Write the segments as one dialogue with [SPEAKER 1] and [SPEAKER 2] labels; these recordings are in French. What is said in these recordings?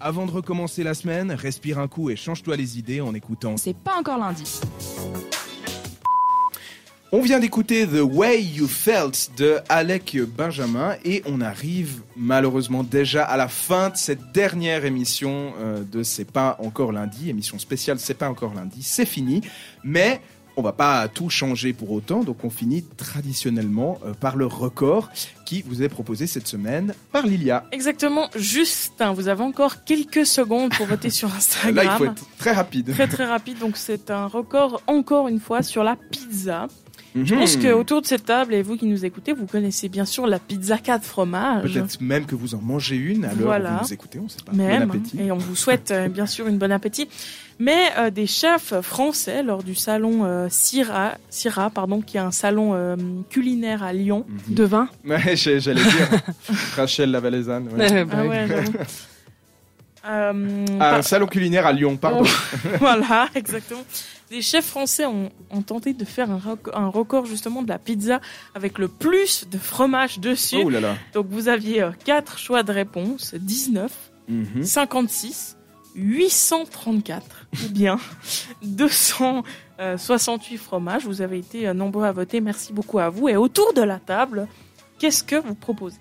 [SPEAKER 1] Avant de recommencer la semaine, respire un coup et change-toi les idées en écoutant.
[SPEAKER 2] C'est pas encore lundi.
[SPEAKER 1] On vient d'écouter The Way You Felt de Alec Benjamin et on arrive malheureusement déjà à la fin de cette dernière émission euh, de C'est pas encore lundi, émission spéciale C'est pas encore lundi, c'est fini, mais on va pas tout changer pour autant, donc on finit traditionnellement euh, par le record qui vous est proposé cette semaine par Lilia.
[SPEAKER 3] Exactement, Justin, vous avez encore quelques secondes pour voter sur Instagram.
[SPEAKER 1] Là, il faut être très rapide.
[SPEAKER 3] Très très rapide, donc c'est un record encore une fois sur la pizza. Je
[SPEAKER 1] Hmm.
[SPEAKER 3] pense
[SPEAKER 1] Mhm.
[SPEAKER 3] que autour de cette table et vous qui nous écoutez, vous connaissez bien sûr la pizza 4 fromage.
[SPEAKER 1] Peut-être même que vous en mangez une à l'heure
[SPEAKER 3] Voilà.
[SPEAKER 1] où vous nous écoutez, on sait pas.
[SPEAKER 3] Même,
[SPEAKER 1] bon appétit.
[SPEAKER 3] et on vous souhaite euh, bien sûr une bonne appétit. Mais euh, des chefs français lors du salon euh, Syrah, Syrah, pardon, qui est un salon euh, culinaire à Lyon.
[SPEAKER 1] Mhm.
[SPEAKER 2] De vin
[SPEAKER 1] Ouais, j'ai- j'allais dire Rachel la Valaisanne. ouais.
[SPEAKER 3] Ah ouais, j'avoue. Euh,
[SPEAKER 1] bah Ah,
[SPEAKER 3] par- Oh,
[SPEAKER 1] un salon culinaire à Lyon, pardon.
[SPEAKER 3] voilà, exactement. Des chefs français ont, ont tenté de faire un, rec- un record justement de la pizza avec le plus de fromage dessus.
[SPEAKER 1] Oh là là.
[SPEAKER 3] Donc vous aviez 4 choix de réponse, 19,
[SPEAKER 1] Mhm.
[SPEAKER 3] 56, 834 ou bien 268 fromages. Vous avez été euh, nombreux à voter, merci beaucoup à vous. Et autour de la table, qu'est-ce que vous proposez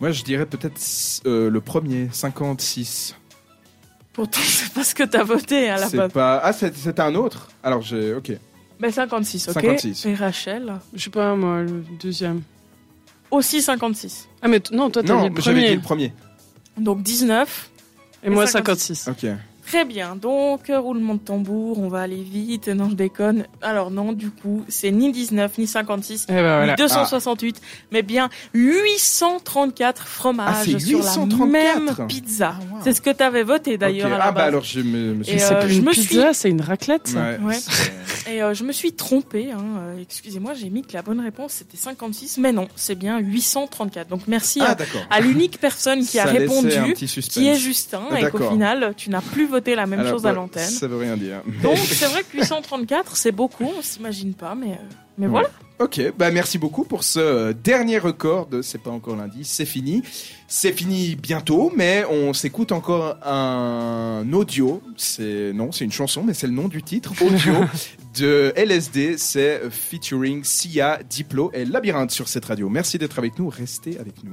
[SPEAKER 1] Moi, je dirais peut-être euh, le premier, 56.
[SPEAKER 3] Pourtant, c'est pas ce que t'as voté hein, à la
[SPEAKER 1] C'est
[SPEAKER 3] base.
[SPEAKER 1] pas... Ah, c'est- c'était un autre Alors, j'ai... Ok.
[SPEAKER 3] Mais 56, ok
[SPEAKER 1] 56.
[SPEAKER 3] Et Rachel
[SPEAKER 4] Je sais pas, moi, le deuxième.
[SPEAKER 3] Aussi 56.
[SPEAKER 4] Ah, mais t- non, toi, t'as
[SPEAKER 1] non,
[SPEAKER 4] dit le
[SPEAKER 1] j'avais dit
[SPEAKER 4] premier.
[SPEAKER 1] le premier.
[SPEAKER 3] Donc 19.
[SPEAKER 4] Et moi,
[SPEAKER 3] Et
[SPEAKER 4] 56.
[SPEAKER 1] Ok.
[SPEAKER 3] Très bien, donc euh, roulement de tambour, on va aller vite, non je déconne. Alors non, du coup, c'est ni 19 ni 56,
[SPEAKER 4] Eh ben
[SPEAKER 1] Ah.
[SPEAKER 4] voilà.
[SPEAKER 3] ni 268, mais bien 834
[SPEAKER 1] Ah,
[SPEAKER 3] fromages
[SPEAKER 1] c'est
[SPEAKER 3] sur la
[SPEAKER 1] 834.
[SPEAKER 3] même pizza.
[SPEAKER 1] Ah, wow.
[SPEAKER 3] C'est ce que t'avais voté d'ailleurs
[SPEAKER 1] Ok.
[SPEAKER 3] à la
[SPEAKER 1] Ah, bah
[SPEAKER 3] base.
[SPEAKER 1] alors, je me, me suis...
[SPEAKER 3] Et,
[SPEAKER 4] C'est
[SPEAKER 3] euh,
[SPEAKER 4] plus
[SPEAKER 3] je
[SPEAKER 4] une
[SPEAKER 3] me
[SPEAKER 4] pizza, c'est une raclette, ça.
[SPEAKER 1] Ouais,
[SPEAKER 3] ouais.
[SPEAKER 1] c'est-
[SPEAKER 3] Et euh, je me suis trompée, hein, euh, excusez-moi, j'ai mis que la bonne réponse c'était 56, mais non, c'est bien 834. Donc merci
[SPEAKER 1] Ah,
[SPEAKER 3] à,
[SPEAKER 1] d'accord.
[SPEAKER 3] à l'unique personne qui a
[SPEAKER 1] Ça laissait un
[SPEAKER 3] répondu,
[SPEAKER 1] petit suspense.
[SPEAKER 3] qui est Justin,
[SPEAKER 1] Ah,
[SPEAKER 3] et qu'au
[SPEAKER 1] d'accord.
[SPEAKER 3] final, tu n'as plus voté la même
[SPEAKER 1] Alors, bah,
[SPEAKER 3] chose à
[SPEAKER 1] ouais,
[SPEAKER 3] l'antenne.
[SPEAKER 1] Ça veut rien dire.
[SPEAKER 3] Donc c'est vrai que 834, c'est beaucoup, on s'imagine pas, mais, euh, mais
[SPEAKER 1] Ouais.
[SPEAKER 3] voilà.
[SPEAKER 1] Ok, bah merci beaucoup pour ce euh, dernier record de C'est pas encore lundi, c'est fini. C'est fini bientôt, mais on s'écoute encore un audio. C'est non, c'est une chanson, mais c'est le nom du titre. Audio de LSD, c'est featuring Sia, Diplo et Labyrinthe sur cette radio. Merci d'être avec nous, restez avec nous.